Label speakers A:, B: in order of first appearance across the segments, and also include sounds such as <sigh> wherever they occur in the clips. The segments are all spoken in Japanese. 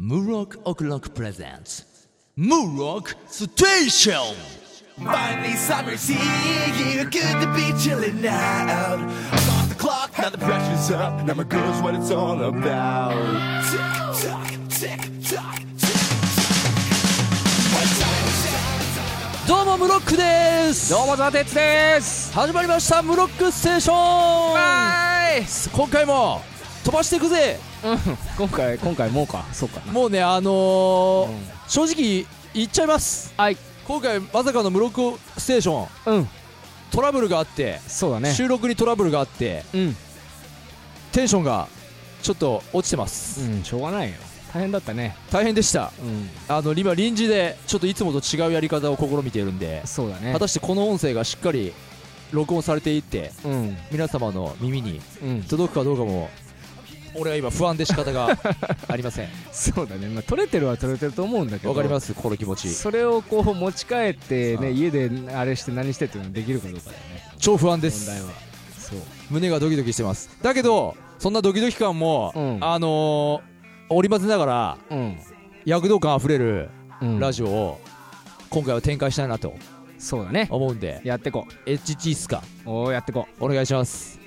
A: Murok O'Clock presents Murok Station!
B: Finally, summer's here. Good to be chilling out. I'm off the clock, now the pressure's up. Now my girl's what it's all about. Tick tock, tick tock, tick
A: どうもムロックです
C: どうもザテツです
A: 始まりましたムロックステーション
C: はーい
A: 今回も飛ばしていくぜ
C: 今回今回もうかそうか
A: もうねあのー
C: うん
A: 正直言っちゃいます
C: はい
A: 今回まさかのムロックステーション
C: うん
A: トラブルがあって、
C: そうだね
A: 収録にトラブルがあって
C: うん
A: テンションがちょっと落ちてます、
C: うんしょうがないよ大変だったね
A: 大変でした
C: うん
A: あの今臨時でちょっといつもと違うやり方を試みているんで
C: そうだね
A: 果たしてこの音声がしっかり録音されていって
C: うん
A: 皆様の耳に
C: うん
A: 届くかどうかも俺は今不安で仕方
C: <laughs>
A: がありません
C: そうだねまあ取れてるは取れてると思うんだけど
A: わかりますこの気持ち
C: それをこう持ち帰って
A: う
C: ね
A: ん
C: 家であれして何してっていうのができるかどうかだよね
A: 超不安で
C: 問
A: す
C: 題はそう
A: 胸がドキドキしてますだけどそんなドキドキ感も、
C: うん
A: あのー、織り交ぜながら
C: うん
A: 躍動感あふれる
C: うん
A: ラジオを今回は展開したいなと
C: そうだね
A: 思うんで
C: やってこ
A: エッジチースか
C: うおーやってこう
A: お願いします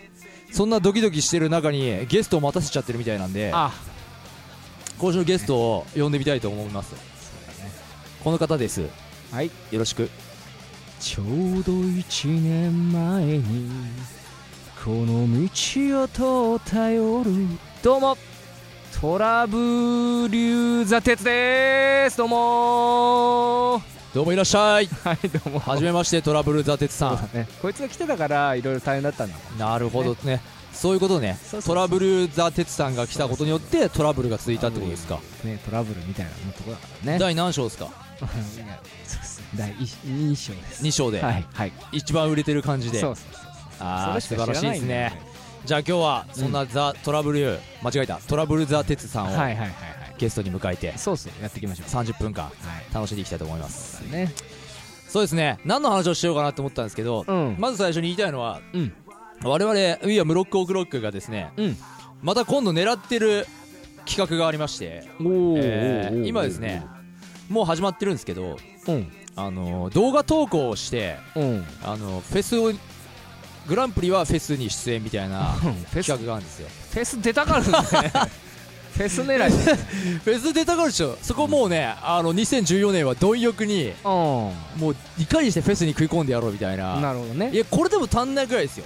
A: そんなドキドキしてる中にゲストを待たせちゃってるみたいなんで
C: あ
A: 今週のゲストを呼んでみたいと思いますこの方ですよ
C: はい
A: ろしく
C: ちょうど1年前にこの道を通った夜どうもトラブリューザ鉄ですどうも
A: どうもいらっしゃい
C: はいどうも
A: はじめましてトラブル座鉄
C: そう
A: さ
C: だねこいつが来てたからいろいろ大変だったんだもん
A: んなるほどねそういうことね
C: そうそうそう
A: トラブル座鉄さんが来たことによってトラブルが続いたってことですか
C: ねトラブルみ <laughs> たいなとこだからね
A: 第何章ですか
C: いやそうっす第2章です
A: 2章で
C: はいはい
A: 一番売れてる感じで
C: そうそうそう
A: あ
C: そ
A: あ
C: れ
A: 素
C: し
A: 晴
C: から
A: し
C: 知
A: い
C: ら
A: で
C: な
A: す
C: んだよ
A: ねじゃあ今日はそんなザ・トラブル間違えたトラブル座鉄さ
C: はいは
A: んを
C: いはいはい
A: ゲストに迎えて
C: そうそうやっていきましょう
A: 30分間
C: はい
A: 楽しんでいきたいと思います
C: そうだね
A: そうですね何の話をしようかなと思ったんですけど、
C: うん
A: まず最初に言いたいのは、
C: うん
A: 我々 We are ムロックオクロックがですね
C: うん
A: また今度狙ってる企画がありまして、
C: お
A: えー今ですねもう始まってるんですけど、
C: うん
A: あのー動画投稿をして、
C: うん
A: あのーフェスをグランプリはフェスに出演みたいな
C: うんフェ
A: 企
C: ス
A: 画
C: フ
A: があるんですよ
C: ェス出たから <laughs> ねフェス狙いだよね
A: フェス出たがるでしょそこもうね、あの2014年は貪欲に
C: う
A: もういかにしてフェスに食い込んでやろうみたいなん
C: なるほど
A: い
C: ね
A: やこれでも足んないぐらいですよ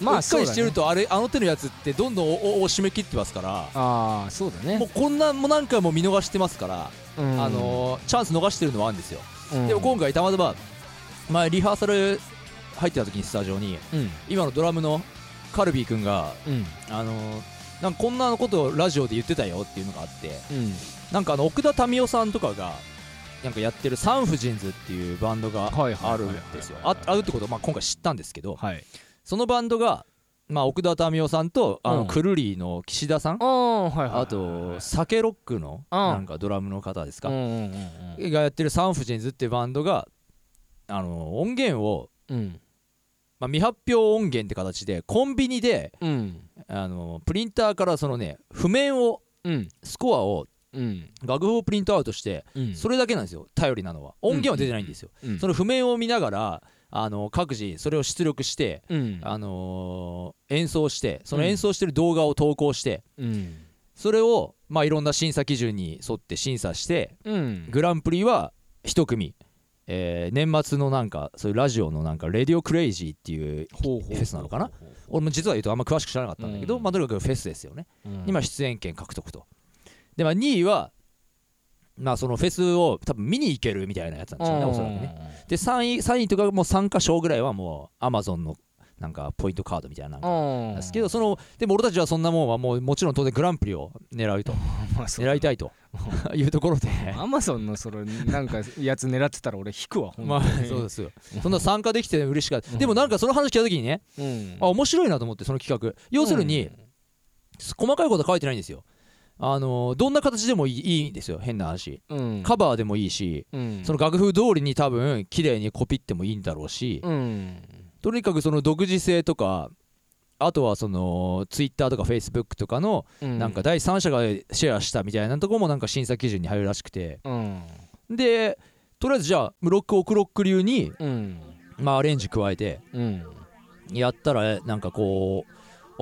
A: ま
C: ま
A: あ、
C: あ
A: しっか
C: そう
A: り
C: だ
A: してる
C: ね
A: とあれあの手のやつってどんどんおおお締め切ってますから
C: ああそうだ
A: もう
C: ね
A: こんなもう何回も見逃してますから、
C: うん
A: あのーチャンス逃してるのはあるんですよ、
C: うん
A: でも今回たまたま前リハーサル入ってた時にスタジオに
C: うん
A: 今のドラムのカルビー君が、
C: うん
A: あのーなんかこんなことをラジオで言ってたよっていうのがあって
C: うん
A: なんかあの奥田民生さんとかがなんかやってるサンフジンズっていうバンドが
C: はいはい
A: あ
C: はい
A: る
C: はい
A: んですよああるってことをまあ今回知ったんですけど、
C: はい
A: そのバンドが、まあ、奥田民生さんとあの、
C: うん
A: くるりの岸田さん
C: ああはいはい
A: あと酒ロックの
C: うん
A: なんかドラムの方です
C: う
A: か、
C: んうんうん
A: がやってるサンフジンズっていうバンドがあの音源を、
C: うん
A: まあ、未発表音源って形でコンビニで
C: うん
A: あのプリンターからそのね譜面を
C: うん
A: スコアを
C: うん
A: 楽譜をプリントアウトして
C: うん
A: それだけなんですよ頼りなのは音源は出てないんですよ、
C: うん
A: その譜面を見ながらあの各自それを出力して
C: うん
A: あのー演奏してその演奏してる動画を投稿して、
C: うん
A: それを、まあ、いろんな審査基準に沿って審査して
C: うん
A: グランプリは一組、えー年末のなんかそういうラジオのなんか「レディオクレイジー」っていう
C: ほうほう
A: フェスなのかな
C: ほうほうほ
A: 俺も実は言うとあんま詳しく知らなかったんだけど、
C: うん
A: まあ、とにかくフェスですよね、
C: ううん
A: 今出演権獲得とで、まあ、2位は、まあ、そのフェスを多分見に行けるみたいなやつなんでしょうねおそらくねで3位3位とかもう参加賞ぐらいはもうアマゾンのなんかポイントカードみたいなのが
C: うん
A: ですけどそのでも俺たちはそんなもんはもうもちろん当然グランプリを狙うと
C: <laughs> まあそう
A: 狙いたいというところで
C: アマゾンのそれなんかやつ狙ってたら俺引くわほん
A: まあそうですよそんな参加できて嬉しかったでもなんかその話聞いた時にね
C: うん
A: あ面白いなと思ってその企画要するに細かいことは書いてないんですよあのどんな形でもいいいいんですよ変な話
C: うん
A: カバーでもいいし
C: うん
A: その楽譜通りに多分綺麗にコピってもいいんだろうし
C: うん
A: とにかくその独自性とかあとはそのツイッターとかフェイスブックとかのなんか第三者がシェアしたみたいなとこもなんか審査基準に入るらしくて
C: うん
A: でとりあえずじゃあムロックオクロック流に、
C: うん
A: まあ、アレンジ加えて
C: うん
A: やったらなんかこう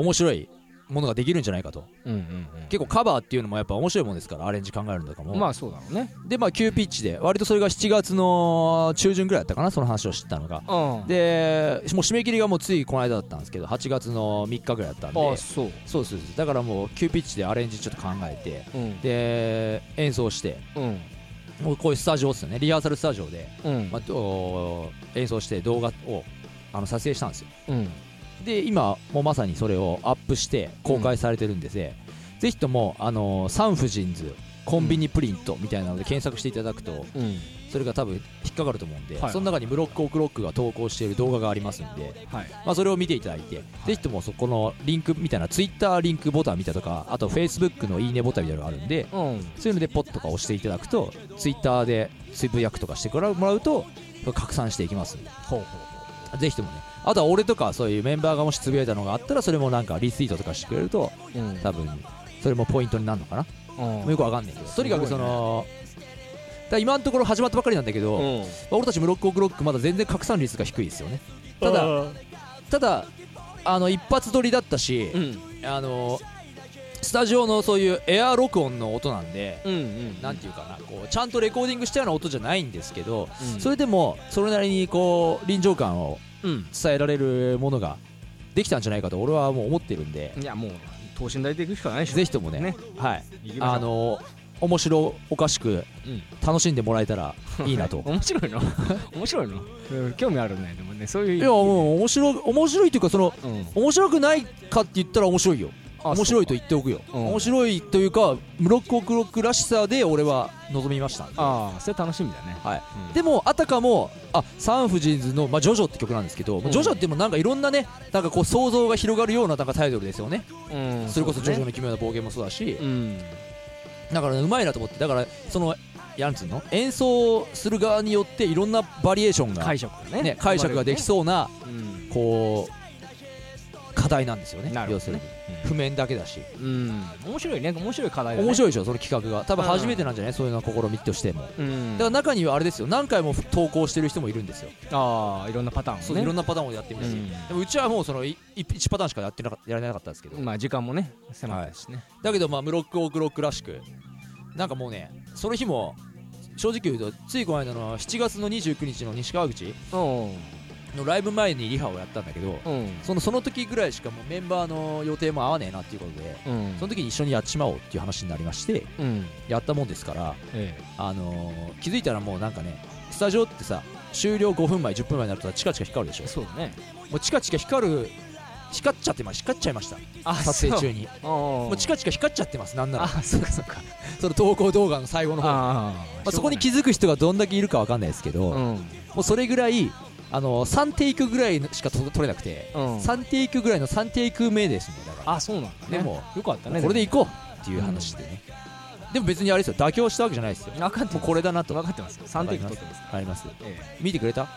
A: 面白いものができるんじゃないかと
C: うんうん
A: 結構カバーっていうのもやっぱ面白いもんですからアレンジ考えるんだかも、
C: まあそうだろうね
A: でまあ急ピッチで割とそれが7月の中旬ぐらいだったかなその話をしてたのが
C: うん
A: でもう締め切りがもうついこの間だったんですけど8月の3日ぐらいだったんで
C: ああそう
A: そうそうですだからもう急ピッチでアレンジちょっと考えて
C: うん
A: で演奏して
C: うん
A: もうこういうスタジオですよねリハーサルスタジオで、
C: うん
A: まあ、と演奏して動画をあの撮影したんですよ
C: うん
A: で今もうまさにそれをアップして公開されてるんですね、ぜひともあのサンフジンズコンビニプリントみたいなので検索していただくと
C: うん
A: それが多分引っかかると思うんで、
C: はいはい
A: その中にブロックオクロックが投稿している動画がありますんで、
C: はい
A: まあ、それを見ていただいて、ぜひともそこのリンクみたいなツイッターリンクボタンみたいなとかあとフェイスブックのいいねボタンみたいなのがあるんで
C: うん
A: そういうのでポッとか押していただくとツイッターでつぶやくとかしてもらうもらうと拡散していきますんで
C: ほうほう
A: ぜひともねあとは俺とかそういうメンバーがもしつぶやいたのがあったらそれもなんかリツイートとかしてくれると
C: ほううん
A: 多分それもポイントになるのかな、
C: うん
A: よくわかんないけどとにかくそ
C: すごいね
A: の、だから今のところ始まったばかりなんだけど、
C: うん
A: 俺たちムロックオクロックまだ全然拡散率が低いですよねただただあの一発撮りだったし、
C: うん
A: あのスタジオのそういうエアー録音の音なんで、
C: うんうん
A: なんていうかなこうちゃんとレコーディングしたような音じゃないんですけど、
C: うん
A: それでもそれなりにこう臨場感を
C: うん
A: 伝えられるものができたんじゃないかと俺はもう思ってるんで、
C: いやもう等身大でいくしかないでしょ
A: ぜひともね
C: ね
A: はい
C: 行きましょう
A: あの面白おかしく
C: うん
A: 楽しんでもらえたらいいなと。
C: 面 <laughs> 白いの面白いのうん興味あるねでもねそういう
A: い
C: 意
A: や
C: 味
A: もう面白い面白いというかその
C: うん
A: 面白くないかって言ったら面白いよ
C: あ
A: 面白いと
C: そう
A: 言っておくよ、
C: うん
A: 面白いというかムロックオクロックらしさで俺は望みましたんで
C: ああそれ楽しみだね
A: はい
C: うん
A: でもあたかもあサンフジーンズの「まあ、ジョジョ」って曲なんですけど、
C: うん
A: ジョジョってもなんかいろんなねなんかこう想像が広がるようななんかタイトルですよね、
C: うん
A: それこそ「ジョジョ
C: う
A: の奇妙な冒険」もそうだし、
C: だねうん
A: だからねうまいなと思ってだからそのやんつうの演奏する側によっていろんなバリエーションが
C: 解、釈がね
A: ね、解釈ができそうな
C: ううん
A: こう課題なんですよね
C: なる
A: 要
C: ほ
A: す
C: ど
A: る
C: ね
A: に譜面だけだし
C: うん面白いね面白い課題だね
A: 面
C: い
A: 白いでしょその企画が多分
C: うん
A: 初めてなんじゃないそういうの試みとしてもだか
C: うん
A: ら中にはあれですよ何回も投稿してる人もいるんですよ
C: ああいろんなパターンをね
A: そういろんなパターンをやってみるしでもうちはもうその1パターンしかやってなかやられなかったんですけど
C: うんまあ時間もね狭かったしね
A: だけどまあムロックオクロックらしくなんかもうねその日も正直言うとついこの間の7月の29日の西川口
C: うん
A: のライブ前にリハをやったんだけど
C: うん
A: そのその時ぐらいしかもうメンバーの予定も合わねえなっていうことで
C: うん
A: その時に一緒にやっちまおうっていう話になりまして
C: うん
A: やったもんですから
C: え
A: あのー気づいたらもうなんかねスタジオってさ終了5分前10分前になるとチカチカ光るでしょ
C: えそうだね
A: もうチカチカ光る光っちゃってます光っちゃいました
C: あ
A: 撮影中に
C: も
A: もうチカチカ光っちゃってますなんなら
C: あそうかそうか
A: <laughs> その投稿動画の最後の方ま
C: ああ
A: あ、そこに
C: き
A: 気づく人がどんだけいるかわかんないですけど、
C: う
A: も
C: ん
A: うそれぐらいあの3テイクぐらいしかと撮れなくて、
C: うん
A: 3テイクぐらいの3テイク目ですねだから
C: あそうなんだね
A: でも
C: よかったね
A: これで
C: い
A: いこうっていう話でね、でも別にあれですよ妥協したわけじゃないですよ
C: 分かって
A: もうこ
C: これ
A: れだなと
C: 分かってますよ3テイク取ってますから
A: あります
C: え
A: 見てくれた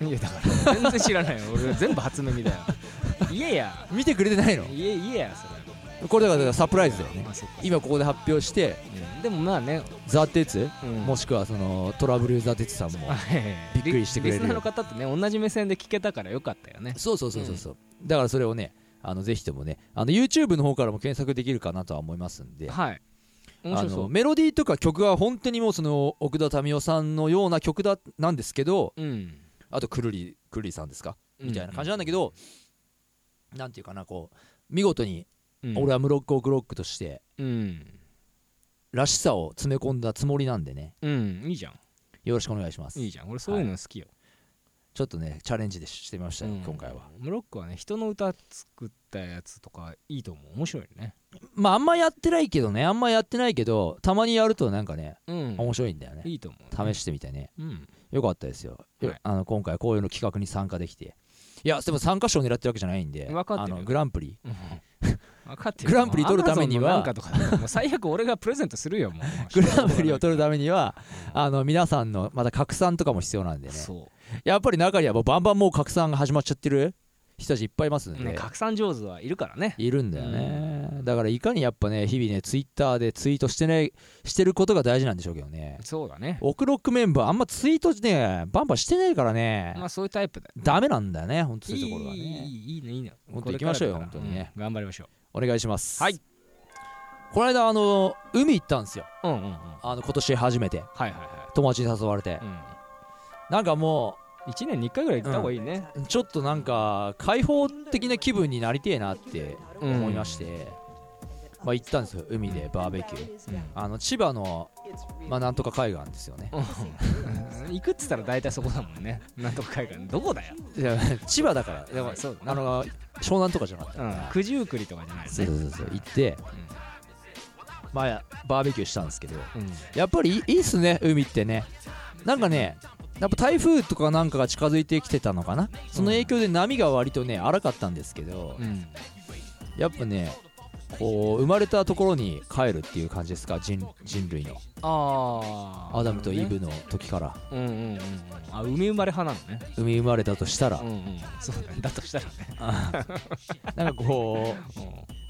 C: えいやだから全然知らないよ俺全部初耳だよいえや
A: 見てくれてないの
C: いえいえやそれ
A: これだからサプライズだよね
C: あそっか
A: 今ここで発表して
C: うんでもまあね
A: ザ・テツ、
C: うん <laughs>
A: もしくはそのトラブル・ザ・テツさんもびっくりしてくれる
C: リスナーの方とね同じ目線で聞けたからよかったよね
A: そうそうそうそうそう、だからそれをねあのぜひともねあの YouTube の方からも検索できるかなとは思いますんで
C: はい面
A: あ
C: 白そ
A: の
C: う
A: メロディーとか曲は本当にもうその奥田民生さんのような曲だなんですけど
C: うん
A: あとくるりくるりさんですかみたいな感じなんだけど、なんていうかなこう見事に
C: うん
A: 俺はムロックオクロックとして
C: うん
A: らしさを詰め込んだつもりなんでね
C: うんいいじゃん
A: よろしくお願いします
C: いいじゃん俺そういうの好きよ
A: ちょっとねチャレンジでしてみましたよ、
C: うん
A: 今回は
C: ムロックはね人の歌作ったやつとかいいと思う面白いね
A: まああんまやってないけどねあんまやってないけどたまにやるとなんかね
C: うん
A: 面白いんだよね、
C: いいと思う
A: 試してみてね
C: うん
A: よかったですよ、よ
C: はい
A: あの今回こういうの企画に参加できていやでも参加賞を狙ってるわけじゃないんで
C: <laughs> 分かってるよ
A: あのグランプリ
C: 分かってる
A: グランプリ取るためには
C: もう Amazon のなんかとかだからもう最悪俺がプレゼントするよもう
A: <laughs> グランプリを取るためにはあの皆さんのまた拡散とかも必要なんでね
C: そう
A: やっぱり中にはもうバンバンもう拡散が始まっちゃってる人たちいっぱいいますんで、
C: ね、拡散上手はいるからね
A: いるんだよね、だからいかにやっぱね日々ねツイッターでツイートしてねしてることが大事なんでしょうけどね
C: そうだね
A: オクロックメンバーあんまツイートねバンバンしてないからね、
C: まあそういうタイプだよ
A: ダメなんだよねほんとそう
C: い
A: いう
C: い
A: ところがね
C: いいいいねいいね
A: ほんと行きましょうよ
C: これ
A: ほ
C: からだから
A: んとにね
C: うん頑張りましょ
A: お願いします
C: はい
A: この間あの海行ったんですよ
C: ううんうんうん
A: あの今年初めて
C: はいはいは
A: 友達に誘われて
C: い、うん
A: なんかも
C: 1年に1回ぐらい行った方がいいね、
A: うちょっとなんか開放的な気分になりてえなって思いまして、まあ行ったんですよ海でバーベキュー
C: うん
A: あの千葉のまあなんとか海岸ですよね
C: うん行くっつったら大体そこだもんねなんとか海岸どこだよ、
A: いや <laughs> 千葉だからでも
C: そうだな
A: あの湘南とかじゃなかった
C: う
A: か
C: ん
A: ら、
C: 九十九里とかじゃないよ
A: そう
C: ね
A: そうそうそう行って、まあバーベキューしたんですけど
C: うん
A: やっぱりいいいいっすね海ってねなんかねやっぱ台風とかなんかが近づいてきてたのかなその影響で波が割とね荒かったんですけど、
C: うん
A: やっぱねこう生まれたところに帰るっていう感じですか人人類の
C: ああ
A: アダムとイブの時から
C: うんうんうんうんあ海生まれ派なのね
A: 海生まれたとしたら、
C: うんうんそうだねだとしたらね
A: なんかこう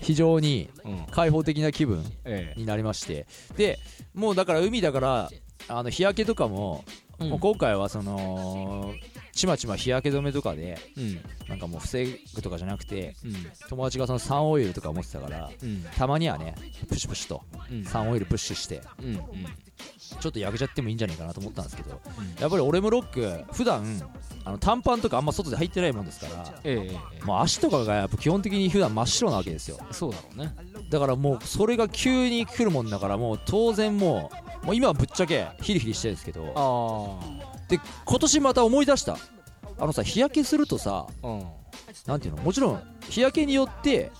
A: 非常に
C: うんうん
A: 開放的な気分
C: ええ
A: になりましてでもうだから海だからあの日焼けとかも,、
C: うん
A: もう今回はそのちまちま日焼け止めとかで
C: うん
A: なんかもう防ぐとかじゃなくて
C: うん
A: 友達がそのサンオイルとか持ってたから
C: うん
A: たまにはねプシュプシュと
C: うん
A: サンオイルプッシュして
C: うんうん
A: ちょっと焼けちゃってもいいんじゃないかなと思ったんですけどやっぱり俺もロック普段あの短パンとかあんま外で入ってないもんですから
C: えええええ
A: もう足とかがやっぱ基本的に普段真っ白なわけですよ
C: えそうだろうね
A: だからもうそれが急に来るもんだからもう当然もうもう今はぶっちゃけヒリヒリしてるんですけど
C: あ
A: で今年また思い出したあのさ日焼けするとさ
C: あうん
A: なんていうのもちろん日焼けによって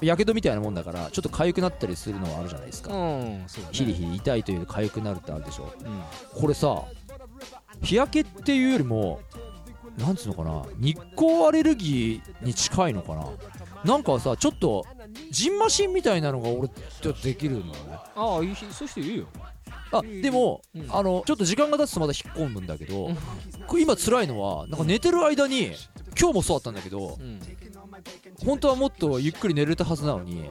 C: うん
A: やけどみたいなもんだからちょっと痒くなったりするのはあるじゃないですか、
C: うんそうだね
A: ヒリヒリ痛いというか痒くなるってあるでしょ
C: うん
A: これさ日焼けっていうよりもなんつうのかな日光アレルギーに近いのかななんかさちょっとジンマシンみたいなのが俺ちょっとできるのよね
C: ああいいしそうしていいよ
A: あでも、
C: うん
A: あのちょっと時間が経つとまだ引っ込むんだけど、
C: うん
A: これ今辛いのはなんか寝てる間に今日もそうだったんだけど
C: うん
A: 本当はもっとゆっくり寝れたはずなのに
C: う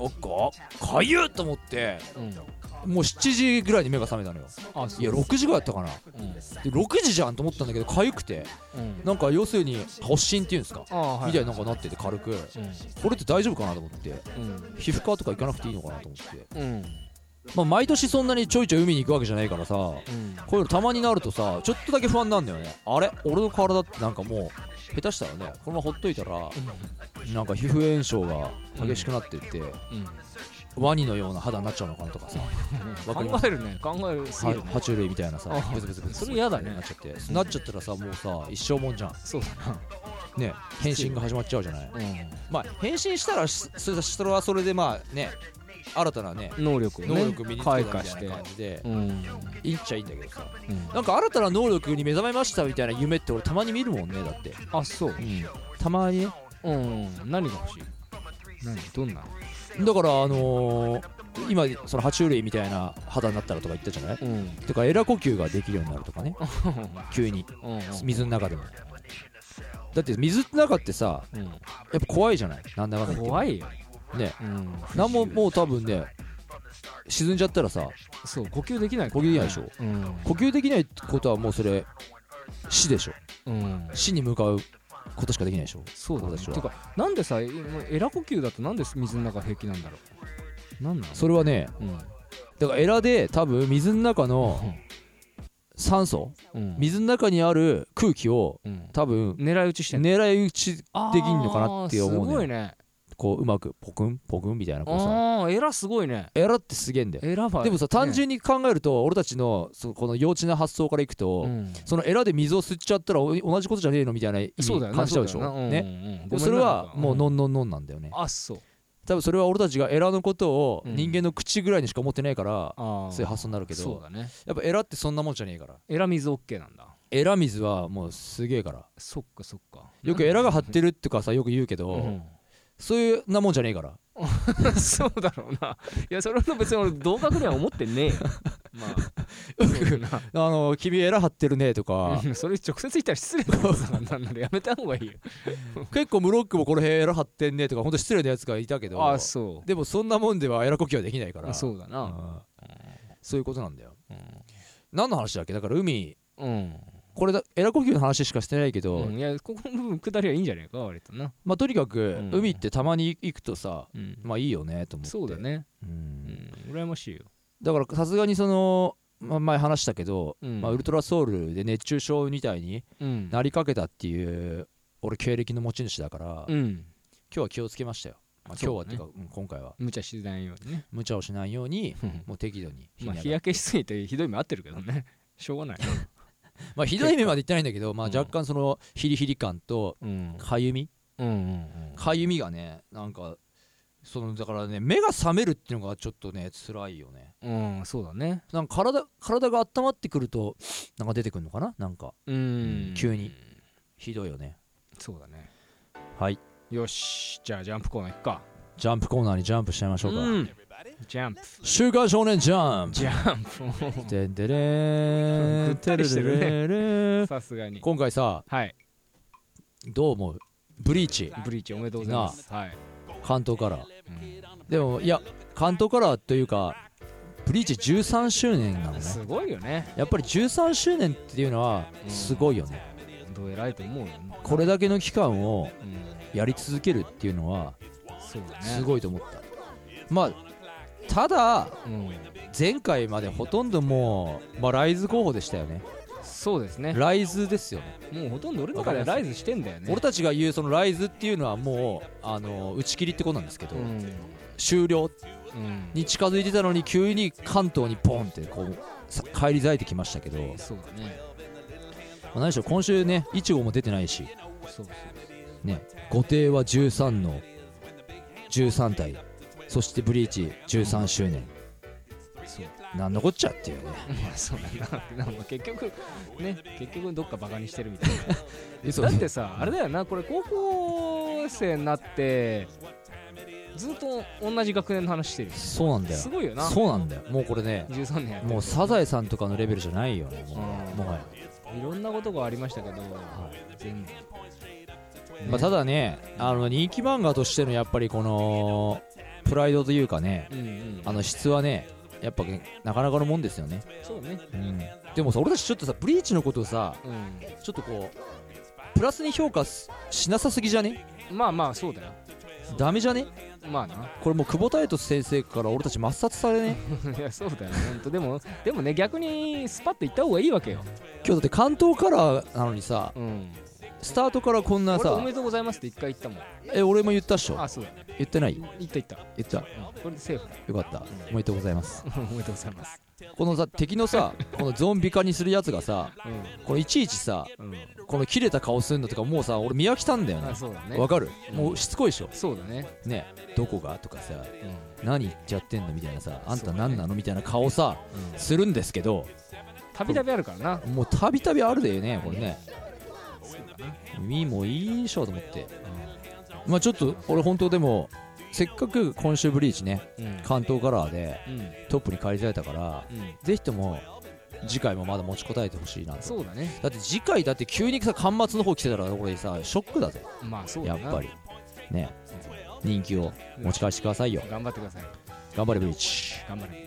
A: あっかかゆっと思って
C: んうん
A: もう7時ぐらいに目が覚めたのよ
C: あそう
A: いや6時ぐらいだったかな
C: うん
A: で6時じゃんと思ったんだけど痒くて
C: うん
A: なんか要するに発疹っていうんですか
C: ああは
A: み
C: い
A: たいななんかなってて軽くこれって大丈夫かなと思って
C: うん
A: 皮膚科とか行かなくていいのかなと思って
C: うん
A: まあ毎年そんなにちょいちょい海に行くわけじゃないからさこ
C: <laughs> う
A: う
C: ん
A: いうのたまになるとさちょっとだけ不安なんだよねあれ俺の体ってなんかもう下手したらねこのままほっといたらなんか皮膚炎症が激しくなってって
C: うん
A: ワニのような肌になっちゃうのかなとかさわかりま
C: 考えるね考えるすぎ
A: は
C: るね
A: 爬虫類みたいなさ
C: あ
A: ブツブツブツ
C: それ嫌だね
A: なっちゃってなっちゃったらさもうさ一生もんじゃん
C: そうだな
A: ね変身が始まっちゃうじゃない
C: うん
A: まあ変身したらしそれそれはそれでまあね新たなね
C: 能力をね
A: 能力身につけたみ
C: 開
A: た
C: 花
A: い
C: し
A: な
C: て
A: 感じで
C: うん
A: いいっちゃいいんだけどさ
C: うん
A: なんか新たな能力に目覚めましたみたいな夢って俺たまに見るもんねだって
C: あそう
A: たまにね
C: うん何が欲しい何どんな
A: だからあのー今その爬虫類みたいな肌になったらとか言ったじゃない
C: うんうん
A: とかエラ呼吸ができるようになるとかね急に
C: うん
A: 水の中でもだって水の中ってさやっぱ怖いじゃないなんだかんだ言って
C: 怖いよ
A: ね
C: うん
A: なんももう多分ね沈んじゃったらさ
C: そう呼吸できない
A: 呼吸できないでしょ
C: うん
A: 呼吸できないってことはもうそれ死でしょ
C: うん
A: 死に向かうことしかできないでしょ
C: そうだね
A: 私は
C: てかなんでさ今エラ呼吸だとなんで水の中平気なんだろうなんなの
A: それはね
C: うん
A: だからエラで多分水の中の酸素
C: うん
A: 水の中にある空気を
C: うん
A: 多分
C: 狙い撃ちしてんの
A: 狙い撃ちできんのかなって思
C: あーす
A: う
C: ご
A: ね
C: いね
A: こううまくポクンポクンみたいなこうさ
C: ああエラすごいね
A: エラってすげえんだよ
C: エラは
A: でもさ単純に考えると俺たちのそこの幼稚な発想からいくと、
C: うん
A: そのエラで水を吸っちゃったらお同じことじゃねえのみたいな意
C: そう
A: 味
C: だよな
A: 感じちゃうでしょ
C: そだよな
A: ね
C: うんうんうん
A: でもそれはもう
C: ごめんな
A: ノンノンノンなんだよね
C: あそう
A: 多分それは俺たちがエラのことを
C: うん
A: 人間の口ぐらいにしか思ってないから、
C: ああ
A: そういう発想になるけ
C: そう
A: ど
C: だね
A: やっぱエラってそんなもんじゃねえから
C: エラ水 OK なんだ
A: エラ水はもうすげえから
C: そっかそっか
A: よくエラが張ってるとかさよく言うけど、
C: <laughs> う
A: そういうなもんじゃねえから
C: <laughs> んそうだろうないやそれは別に俺同格には思ってねえよまあうんな
A: あの君エラ張ってるねとか
C: うんそれ直接言ったら失礼だからさなんならやめた方がいいよ
A: 結構ムロックもこの辺エラ張ってんねとかほんと失礼なやつがいたけど
C: ああそ
A: でもそんなもんではエラ呼吸はできないか
C: う
A: ら
C: あそうだ
A: う
C: なん
A: そういうことなんだよ
C: うん
A: 何の話だっけだから海
C: うん、
A: これだエラ呼吸の話しかしてないけど、
C: うんいやここの部分下りはいいんじゃないか割とな、
A: まあとにかく
C: うん
A: 海ってたまに行くとさ
C: うん
A: まあいいよねと思って
C: そうだ、ね
A: うん
C: うん羨ましいよ、
A: だからさすがにその、まあ、前話したけど、
C: うん
A: まあ、ウルトラソウルで熱中症みたいに
C: うん
A: なりかけたっていう俺経歴の持ち主だから、今
C: うん
A: 日は気をつけましたよ、まあ、
C: そ
A: 今
C: う
A: 日は
C: だ
A: っ
C: ね
A: ていうか、うん今回は
C: 無茶しないようにね
A: 無茶をしないように
C: うん
A: もう適度に
C: まあ
A: ひ
C: 日
A: ねが
C: 焼けしすぎてひどい目合ってるけどねしょうがない、
A: まあ、ひどい目までいってないんだけど、まあ、
C: うん
A: 若干そのヒリヒリ感と
C: うん、
A: かゆみ
C: うんうん
A: かゆみがねなんかそのだからね目が覚めるっていうのがちょっとね辛いよね
C: うんうんそうだね
A: なんか体体が温まってくるとなんか出てくるのかななんか
C: うん
A: 急にひどいよね
C: そうだね
A: はい
C: よしじゃあジャンプコーナー行くか
A: ジャンプコーナーにジャンプしちゃいましょうか、
C: うんジャンプ
A: 週刊少年ジャンプ
C: ジャンプ
A: でんでれ
C: ぐ
A: ー
C: っ
A: ん
C: たりしてるね
A: てれれれ
C: さすがに
A: 今回さ
C: はい
A: どう思うブリーチ
C: ブリーチおめでとうございますはい、
A: 関東から
C: うん
A: でもいや関東からというかブリーチ13周年なのね
C: すごいよね
A: やっぱり13周年っていうのはすごいよね
C: どう偉いと思うよ、ね
A: これだけの期間を
C: うん、
A: やり続けるっていうのは
C: そうだね
A: すごいと思ったまあただ
C: うん、
A: 前回までほとんどもう、まあ、ライズ候補でしたよね
C: そうですね
A: ライズですよね
C: もうほとんど俺の中ではライズしてんだよね
A: 俺たちが言うそのライズっていうのはもうあの打ち切りってことなんですけど、
C: うん、
A: 終了
C: うん、
A: に近づいてたのに急に関東にポンってこうさ返り咲いてきましたけど、ま
C: そうだね
A: あ、何しろ今週ねイチゴも出てないし
C: そうそう
A: ね後帝は13の13体そしてブリーチ13周年
C: そう
A: なんのこっちゃっていうね
C: まあそうだななんか結局ね結局どっかバカにしてるみたいな
A: 嘘
C: だってさあれだよなこれ高校生になってずっと同じ学年の話してるよね
A: そうなんだよ
C: すごいよな
A: そうなんだよもうこれね
C: 13年やって
A: もうサザエさんとかのレベルじゃないよねも
C: うん
A: うもはや、
C: いろんなことがありましたけど、全部
A: まあ、ただねあの人気漫画としてのやっぱりこのプライドというかね
C: うんうん
A: あの質はねやっぱねなかなかのもんですよね、
C: そうね
A: うん、でもさ俺たちちょっとさブリーチのことをさ
C: うん
A: ちょっとこうプラスに評価すしなさすぎじゃね
C: まあまあそうだよ
A: ダメじゃね
C: まあな <laughs>
A: これもう久保田と先生から俺たち抹殺されね
C: いやそうだよ本当でもでもね逆にスパッと行った方がいいわけよ、
A: 今日だって関東カラーなのにさ
C: うん、
A: スタートからこんな
C: 俺お
A: さ
C: めでとうございますって一回言ったもん
A: え俺も言ったっしょ
C: あそうだよね
A: 言ってない
C: 言った言った、
A: 言った
C: うん、これでセーフだ
A: よかったおめでとうございます
C: <laughs> おめでとうございます
A: このさ敵のさこのゾンビ化にするやつがさ
C: う
A: このいちいちさ
C: ん、うん、
A: この切れた顔するのとかもうさ俺見飽きたんだよ
C: あ
A: ね
C: そうだね
A: わかる
C: うん
A: もうしつこいでしょ
C: そうだね、
A: ねどこがとかさ
C: うんうん
A: 何言っちゃってんのみたいなさあんた何なのみたいな顔さするんですけど
C: たびたびあるからな
A: もうたびたびあるでねこれね
C: そうだな、
A: 耳もいいでしょと思ってまあちょっと俺本当でもせっかく今週ブリーチね
C: うんうん
A: 関東カラーで
C: うん
A: トップに返り咲いたから
C: うん、
A: ぜひとも次回もまだ持ちこたえてほしいなと
C: そうだね
A: だって次回だって急にさ巻末の方来てたらこれさショックだぜ
C: まあそう
A: や
C: だ
A: っ
C: な
A: ぱりね人気を持ち返してくださいよ
C: 頑張ってください
A: 頑張れブリーチ
C: 頑張れ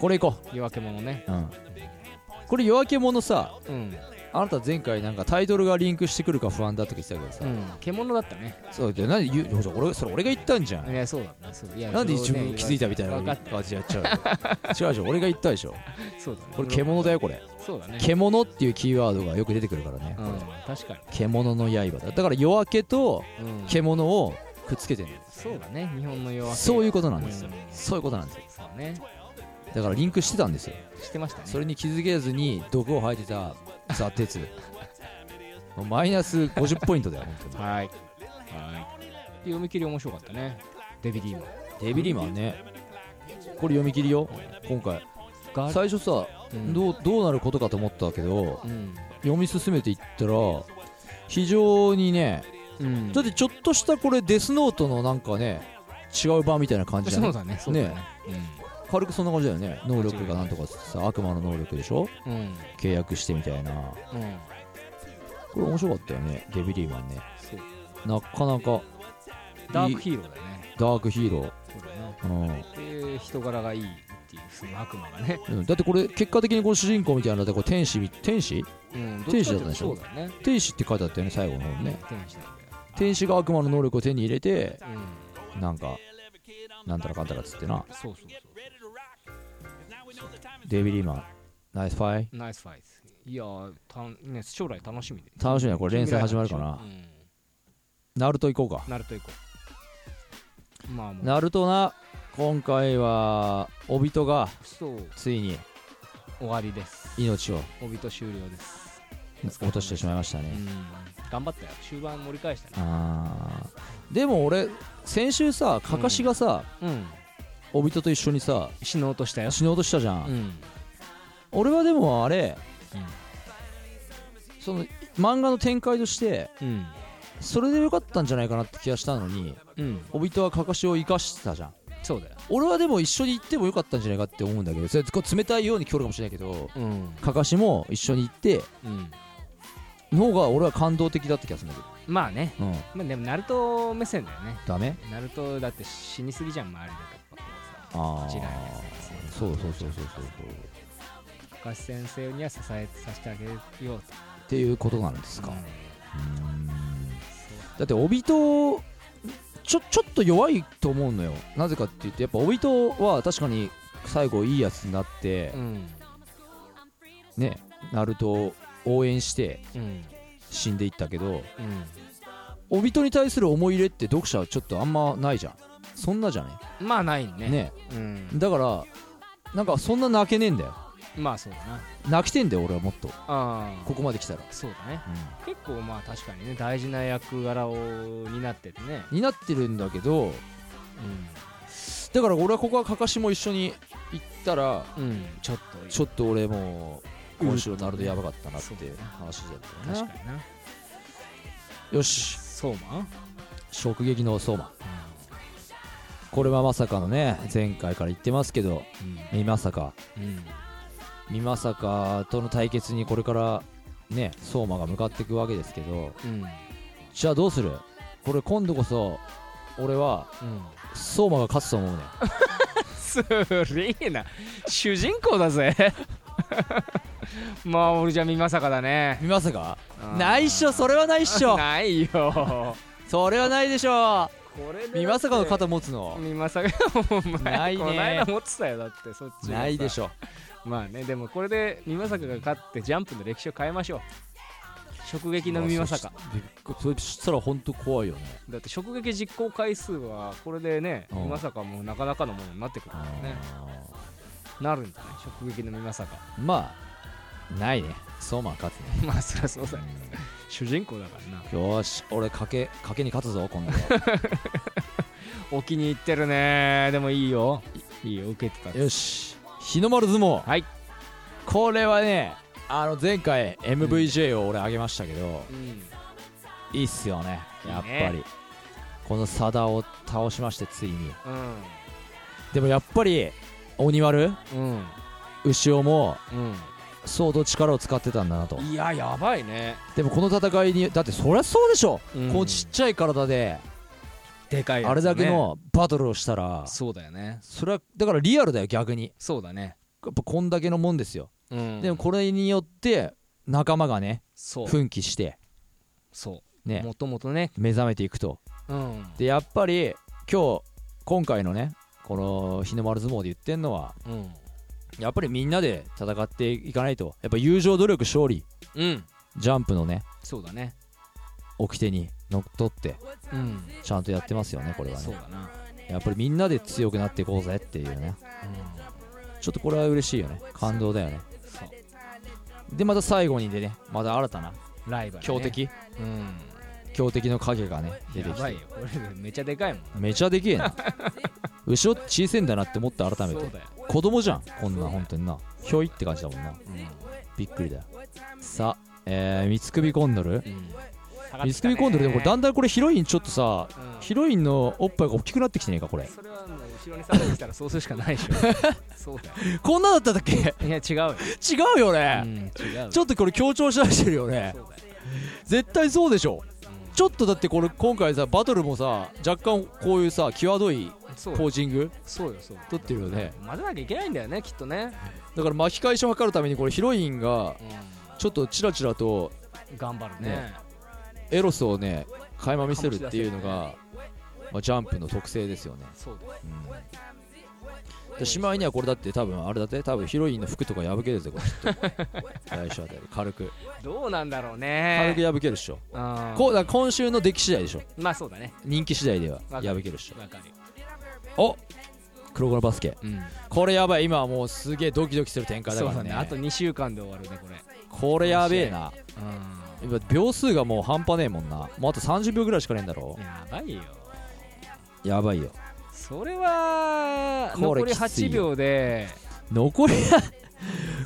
A: これいこ
C: 夜明け者ね
A: ううんこれ夜明け者さ
C: うん
A: あなた前回なんかタイトルがリンクしてくるか不安だとか言ってたけどさ、
C: うん獣だったね
A: そうで何言うじゃあ俺それ俺が言ったんじゃん
C: いやそうだねそういや
A: なんで自分気づいたみたいな
C: 分かっ
A: 感じでやっちゃう違うでしょ俺が言ったでしょ
C: そうだね
A: これ獣だよこれ
C: そうだね
A: 獣っていうキーワードがよく出てくるからね
C: うん確か
A: 獣の刃だだから夜明けと
C: にうん
A: 獣をくっつけてる
C: そうだね日本の夜明け
A: そういうことなん
C: う
A: ですよ
C: ん
A: そういうことなんですよ
C: そうね
A: だからリンクしてたんですよ
C: してましたね
A: それに気づけずに毒を吐いてたザ・鉄もうマイナス50ポイントだよ本当に
C: はいはい読み切り面白かったねデビディーマン
A: デビリーマンねこれ読み切りよ今回
C: ガ
A: 最初さ
C: う
A: どうどうなることかと思ったけど
C: うん
A: 読み進めていったら非常にね
C: うん
A: だってちょっとしたこれデスノートのなんかね違う版みたいな感じじゃ
C: そ
A: な
C: う
A: い
C: だねそうだねうん
A: 軽くそんな感じだよね能力がなんとかさ悪魔の能力でしょ
C: うん
A: 契約してみたいな
C: うん
A: これ面白かったよねデビリーマンね
C: そう
A: なかなか
C: ダ
A: い
C: ー
A: い
C: クヒーローだよね
A: ダークヒーロ
C: これね
A: ー、うん、
C: で人柄がいいっていうその悪魔がね、
A: うんだってこれ結果的にこの主人公みたいなのってこれ天使み天使
C: うん、
A: 天使だったでしょ
C: どっちかっていうとそうだよね
A: 天使って書いてあったよね最後の方にね
C: 天使なんだよ
A: 天使が悪魔の能力を手に入れて
C: うん
A: なんかなんたらかんたらっつってな
C: そうそうそ
A: デビリーマンナイスファイ
C: うナイスファイスいやーたん、ね、将来楽しみで
A: 楽しみだこれ連載始まるかな
C: うん
A: ナルト行こうか
C: ナルト行こうまあもう
A: ナルトな今回はオビトが
C: そう
A: ついに
C: 終わりです
A: 命を
C: 帯と終了です
A: 落としてしまいました
C: う
A: ね
C: ん頑張ったよ終盤盛り返したね
A: あーでも俺先週さカカシがさ、
C: うん
A: オビトと一緒にさ
C: 死のうとしたよ
A: 死のうとしたじゃん、
C: うん
A: 俺はでもあれ、
C: うん
A: その漫画の展開として
C: うん
A: それでよかったんじゃないかなって気がしたのに
C: うん
A: オビトはカカシを生かしてたじゃん
C: そうだよ
A: 俺はでも一緒に行ってもよかったんじゃないかって思うんだけどそれこう冷たいように聞こえるかもしれないけど
C: うん
A: カカシも一緒に行って
C: うん
A: の方が俺は感動的だって気がするんだ
C: まあね
A: けどうん
C: まあでもナルト目線だよね
A: ダメ
C: ナルトだって死にすぎじゃん周りでやっぱこうさ
A: ああ
C: こちらのやつですね
A: そうそうそうそうそうそう
C: 高橋先生には支えさせてあげようと
A: っていうことなんですか、
C: うん
A: うんだって帯とちょちょっと弱いと思うのよなぜかって言ってやっぱ帯とは確かに最後いいやつになって
C: う、ん
A: ねナルトを応援して
C: うん
A: 死んでいったけど
C: うん
A: 帯とに対する思い入れって読者はちょっとあんまないじゃんそんなじゃね
C: まあないね
A: ね
C: うん
A: だからなんかそんな泣けねえんだよ
C: まあそうだな
A: 泣きてんだよ俺はもっと
C: ああ
A: ここまで来たら、
C: そうだね
A: う
C: 結構まあ確かにね大事な役柄を担っててね
A: ん、になってるんだけどだから俺はここはかかしも一緒に行ったら
C: うん、うん、ちょっと
A: ちょっと俺もう今週のナルトやばかったなっ
C: そう
A: て
C: だな
A: 話だったよ
C: 確
A: ね
C: かにな
A: よし
C: そうまん
A: 食撃の相馬これはまさかのね前回から言ってますけど
C: う
A: 美まさか
C: んうん
A: 美まさかとの対決にこれからね相馬が向かっていくわけですけど
C: うん
A: じゃあどうするこれ今度こそ俺は
C: うん
A: 相馬が勝つと思うね
C: すりーな主人公だぜまあ俺じゃ見まさかだね
A: 美まさか
C: うん
A: ないっしょそれはないっしょ
C: <laughs> ないよこ
A: それはないでしょ
C: れで
A: 美まさかの肩持つの
C: 見まさかお前
A: ないね
C: この間持ってたよだってそっち
A: ないでし
C: ょ
A: ょ
C: まあねでもこれで見まさかが勝ってジャンプの歴史を変えましょう直撃の見まさか
A: それしたら本当怖いよね
C: だって直撃実行回数はこれでね
A: うん
C: 見まさかもうなかなかのものになってくるからねなるんだね直撃の見まさか
A: まあないね相馬は勝つね
C: まあそりゃそうだよ主人公だからな
A: よーし俺賭け賭けに勝つぞ
C: <laughs>
A: 今度は
C: お気に入ってるねでもいいよいいよ受けてた
A: よし日の丸相撲
C: はい
A: これはねあの前回 MVJ を俺あげましたけど、
C: うん
A: いいっすよねやっぱり
C: いいね
A: この佐田を倒しましてついに
C: う
A: でもやっぱり鬼丸
C: ん
A: 牛尾も
C: うん
A: 相当力を使ってたんだなと
C: うんいややばいね
A: でもこの戦いにだってそりゃそうでしょ、
C: うん
A: こうちっちゃい体で
C: でかいやつね
A: あれだけのバトルをしたら
C: そうだよね
A: それはだからリアルだよ逆に
C: そうだね
A: やっぱこんだけのもんですよ、
C: うん
A: でもこれによって仲間がね
C: そう
A: 奮起して
C: そう
A: ね
C: もともとね
A: 目覚めていくと
C: うん
A: でやっぱり今日今回のねこの日の丸相撲で言ってんのは
C: うん
A: やっぱりみんなで戦っていかないとやっぱ友情努力勝利
C: うん
A: ジャンプのね
C: そうだね
A: 掟にのっとって
C: うん
A: ちゃんとやってますよねこれは
C: そう
A: ね
C: だな
A: やっぱりみんなで強くなっていこうぜっていうねちょっとこれは嬉しいよね感動だよね
C: そう
A: でまた最後にでねまた新たな
C: ライバルね
A: 強敵、
C: うん
A: 強敵の影がね出て
C: や
A: き
C: ばい
A: て
C: よこれめちゃでかいもん
A: めちゃでけえ
C: <laughs>
A: な後ろ小せえんだなって思った改め
C: そ
A: て
C: うだよ
A: 子供じゃんこんなん本当になひょいって感じだもんなびっくりだよさあえー、三つ首コンドル
C: うん
A: 三つ首コンドルでもこれだんだんこれヒロインちょっとさ
C: うん
A: ヒロインのおっぱいが大きくなってきてねえかこれ
C: それはもう後ろに下がってきたらそうするしかないでし <laughs> ょそうだよ
A: こんなだったっけ
C: いや違うよ、
A: 違うよ
C: う
A: ね、
C: ん、違うよ
A: ちょっとこれ強調しだしてるよね
C: そうだよ
A: 絶対そうでしょちょっとだってこれ今回さバトルもさ若干こういうさ際どい
C: そう
A: ポ
C: よ
A: ージング
C: そうよそうよ
A: 取ってるよね
C: 混ぜなきゃいけないんだよねきっとね、
A: だから巻き返しを図るためにこれヒロインが
C: う
A: ちょっとチラチラと
C: ん、頑張るね
A: ねエロスをね垣間見せるっていうのが、まあ、ジャンプの特性ですよね、
C: そうだよ
A: うんでしまいにはこれだって多分あれだって多分ヒロインの服とか破けるぜこれきっと来週あたり軽く
C: どうなんだろう
A: 軽く
C: ね
A: 破けるっしょ、
C: 軽
A: こうだから今週の出来次第でしょ
C: まあそうだね
A: 人気次第では
C: わか
A: 破
C: る
A: けるっしょ
C: わかる
A: お黒子のバスケ
C: うん
A: これやばい今はもうすげえドキドキする展開だ
C: そ
A: か
C: う
A: ら
C: だ
A: ね
C: ねあと2週間で終わるねこれ
A: これやべえな
C: う
A: 今秒数がもう半端ねえもんなもうあと30秒ぐらいしかねえんだろ
C: んやばいよ
A: やばいよ
C: それは
A: これ
C: 残り
A: きついよ
C: 8秒で
A: 残りは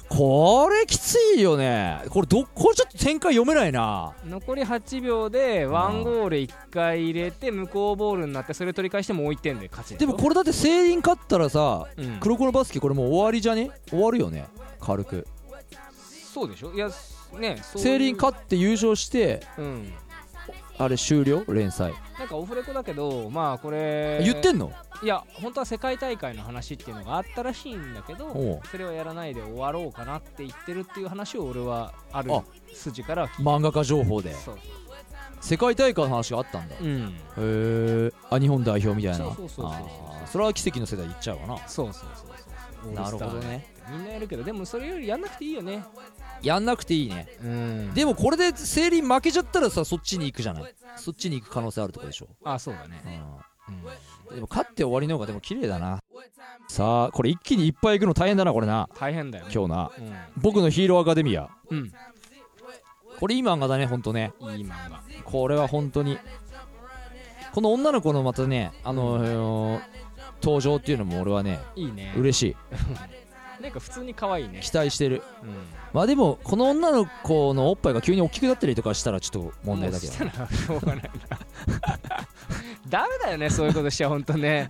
A: これきついよねこれどこれちょっと展開読めないな
C: 残り8秒でワンゴール1回入れて向こうボールになってそれ取り返してもう1点で勝ち
A: でもこれだって成人勝ったらさ
C: れ、うん
A: 黒子のバスケこれもう終わりじゃね終わるよね軽く
C: そうでしょいやねそういう
A: 成人勝って優勝して
C: うん
A: あれ終了連載
C: なんかオフレコだけどまあこれ
A: 言ってんの
C: いや本当は世界大会の話っていうのがあったらしいんだけど
A: おう
C: それをやらないで終わろうかなって言ってるっていう話を俺はある
A: あ
C: 筋からは聞い
A: 漫画家情報で
C: てそう
A: 世界大会の話があったんだへ
C: うん
A: えあ日本代表みたいな
C: そうそうそうそうそう
A: あーそれは奇跡の世代いっちゃうかな
C: そうそうそうそう
A: なるほどね
C: みんなやるけどでもそれよりやんなくていいよね
A: やんなくていいね
C: うん
A: でもこれでセリ負けちゃったらさそっちに行くじゃないそっちに行く可能性あるとこでしょ、
C: あそうだね
A: うん、でも勝って終わりの方がでも綺麗だなさあこれ一気にいっぱい行くの大変だなこれな
C: 大変だよね
A: 今日な僕のヒーローアカデミア
C: うん、
A: これいい漫画だねほんとね
C: うん、いい漫画
A: これは本当にこの女の子のまたねあのー登場っていうのも俺はね
C: いいね
A: 嬉しい
C: なんか普通に可愛いね
A: 期待してる
C: うん
A: まあでもこの女の子のおっぱいが急に大きくなったりとかしたらちょっと問題だけど
C: もうしたらしょうがない <laughs> なダメだよねそういうことしちゃほんとね、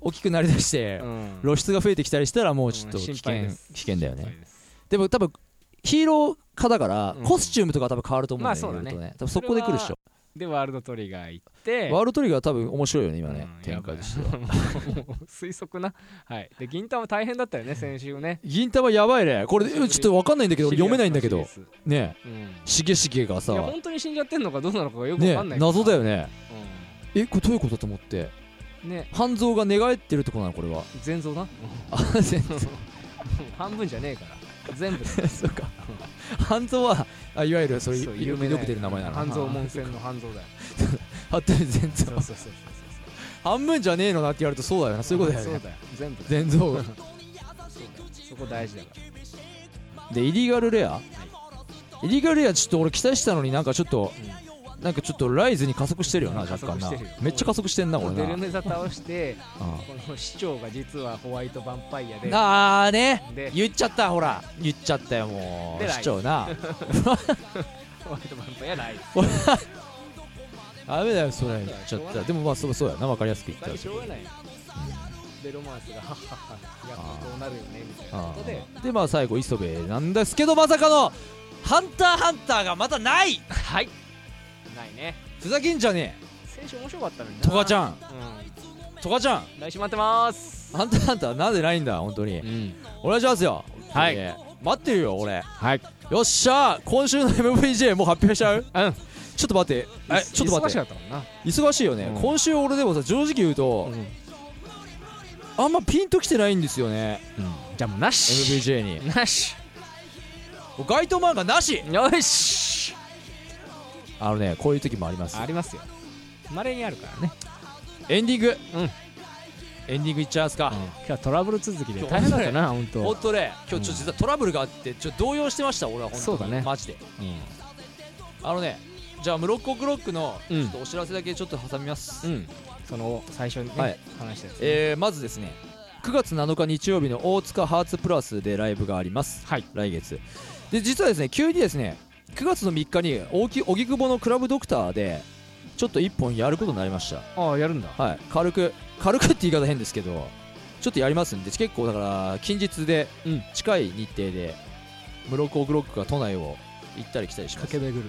A: 大きくなりだして
C: うん
A: 露出が増えてきたりしたらもうちょっと
C: うん
A: 危
C: 心
A: 険,、
C: 配で
A: 危
C: す
A: 険だよ
C: 心配
A: ね
C: です
A: でも多分ヒーロー化だから、
C: うん
A: コスチュームとか多分変わると思うんだよね,、
C: まあそうだね
A: ね多分そこで来るっしょ
C: でワールドトリガー行って
A: ワールドトリガーは多分面白いよね今ね、
C: うん
A: 展開としては
C: もう推測なはいで銀魂大変だったよね先週ね
A: 銀魂やばいねこれちょっと分かんないんだけど読めないんだけど
C: シリーズ
A: ねえ
C: うん
A: しげしげがさ
C: いや本当に死んじゃってんのかどうなのかがよくわ
A: ね
C: かんない、
A: 謎だ
C: よ、
A: よねえこれどういうことと思って
C: うん、ね
A: 半蔵が寝返ってるとこなの <laughs> これは
C: 全蔵な
A: あ全然
C: 半分じゃねえから全部だ
A: そうか半蔵はあいわゆるそれ
C: そう
A: よく
C: な
A: よく出る名前なの
C: 半蔵門船の半蔵
A: <laughs>
C: だよ
A: あって全
C: そ
A: 蔵
C: うそうそうそう
A: 半分じゃねえのなって言われるとそうだよなそういうことだよ
C: そ
A: ね
C: うだよ全部だよ
A: 全蔵
C: そうだよそこ大事だから
A: でイリーガルレア、イリーガルレアちょっと俺期待したのになんかちょっと、なんかちょっとライズに加速してるよな
C: うん
A: 若干
C: 加
A: な
C: 速してるよ
A: めっちゃ加速してんなこれ
C: デ
A: な
C: ルメザ倒して
A: あ
C: この市長が実はホワイトヴァンパイアで
A: あーね
C: で
A: 言っちゃったほら言っちゃったよもう
C: でライズ
A: 市長
C: <laughs>
A: な
C: ホワイトヴァンパイアライズ
A: ダメだよそれ言っちゃったでもまあそうそうやな分かりやすく言っ
C: 最
A: た
C: 初しょうがないよでロマンスがはっはっはやっぱこうなるよねみたいな
A: あ
C: ことで
A: ーでまあ最後磯部なんですけどまさかのハンターハンターがまたない
C: はいないね
A: ふざけんじゃね
C: 選手面白かったのに
A: え
C: な
A: トカちゃん
C: う
A: トカちゃん
C: ん来週待ってます
A: ハンターハンターなんでないんだ本当に
C: うん
A: お願いしますよ
C: はい
A: えー待ってるよ俺
C: はい
A: よっしゃ今週の MVJ もう発表しちゃう
C: うん
A: ちょっと待ってえちょっと待って
C: 忙しかったもんな
A: 忙しいよね、
C: うん
A: 今週俺でもさ正直言うと、あんまピンときてないんですよね
C: じゃあもうなし
A: MVJ に
C: なし
A: もう街頭漫画なし
C: よし
A: あのねこういう時もあります
C: ありますよまれにあるからね
A: エンディング、
C: うん
A: エンディングいっちゃいますか、
C: 今日はトラブル続きで
A: そう
C: 大変だったな本当
A: 本当ね今日ちょっと実はトラブルがあってちょっと動揺してました俺は本当に
C: そうだね
A: マジであのねじゃあムロッコクロックの
C: う
A: ち
C: ん
A: ょっとお知らせだけちょっと挟みます、
C: うんその最初に
A: は
C: ね
A: い
C: 話したやつ
A: えーまずですね9月7日日曜日の大塚ハーツプラスでライブがあります、
C: はい
A: 来月で実はですね急にですね9月の3日に大木荻窪のクラブドクターでちょっと1本やることになりました
C: ああやるんだ
A: はい、軽く軽くって言い方変ですけどちょっとやりますんで結構だから近日で
C: うん
A: 近い日程で室子グロックが都内を行ったり来たりします
C: 駆け巡る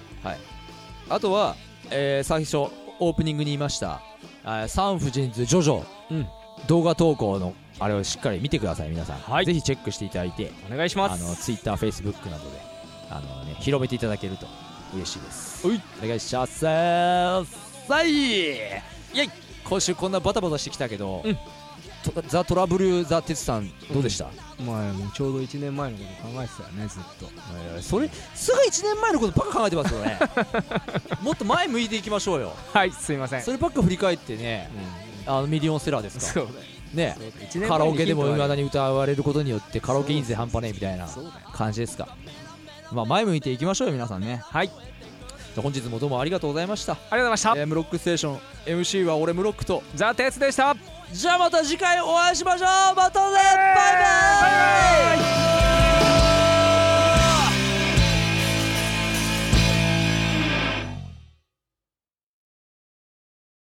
A: あとは、えー最初オープニングに言いましたあーサンフジンズジョジョ、
C: うん
A: 動画投稿のあれをしっかり見てください皆さん、
C: はい
A: ぜひチェックしていただいて
C: お願いしま
A: あ
C: す
A: のツイッターフェイスブックなどであの、ね、広めていただけると嬉しいですお願いしますさいイエイ今週こんなバタバタしてきたけど、
C: うん
A: とザ・トラブル・ザ・テツさんどうでした、
C: まあもうちょうど1年前のこと考えてたよねずっと
A: それすぐ1年前のことばっか考えてますよ
C: <laughs>
A: ねもっと前向いていきましょうよ
C: はいすいません
A: そればっか振り返ってね
C: う
A: あのミリオンセラーで
C: ん
A: すか
C: そうだよ
A: ね
C: そうだよ一年前に
A: カラオケでも
C: ヒン
A: 未
C: トあ
A: だ
C: る
A: に歌われることによってカラオケ印税半端ねえみたいな
C: そうだよ
A: 感じですかまあ前向いていきましょうよ皆さんね
C: はいあり
A: じゃあ本日もどうもありがとうございました、
C: がとうございました
A: えームロックステーション MC は俺ムロックと
C: ザ・テツでした
A: じゃあまた次回お会いしましょうまたねバイバイ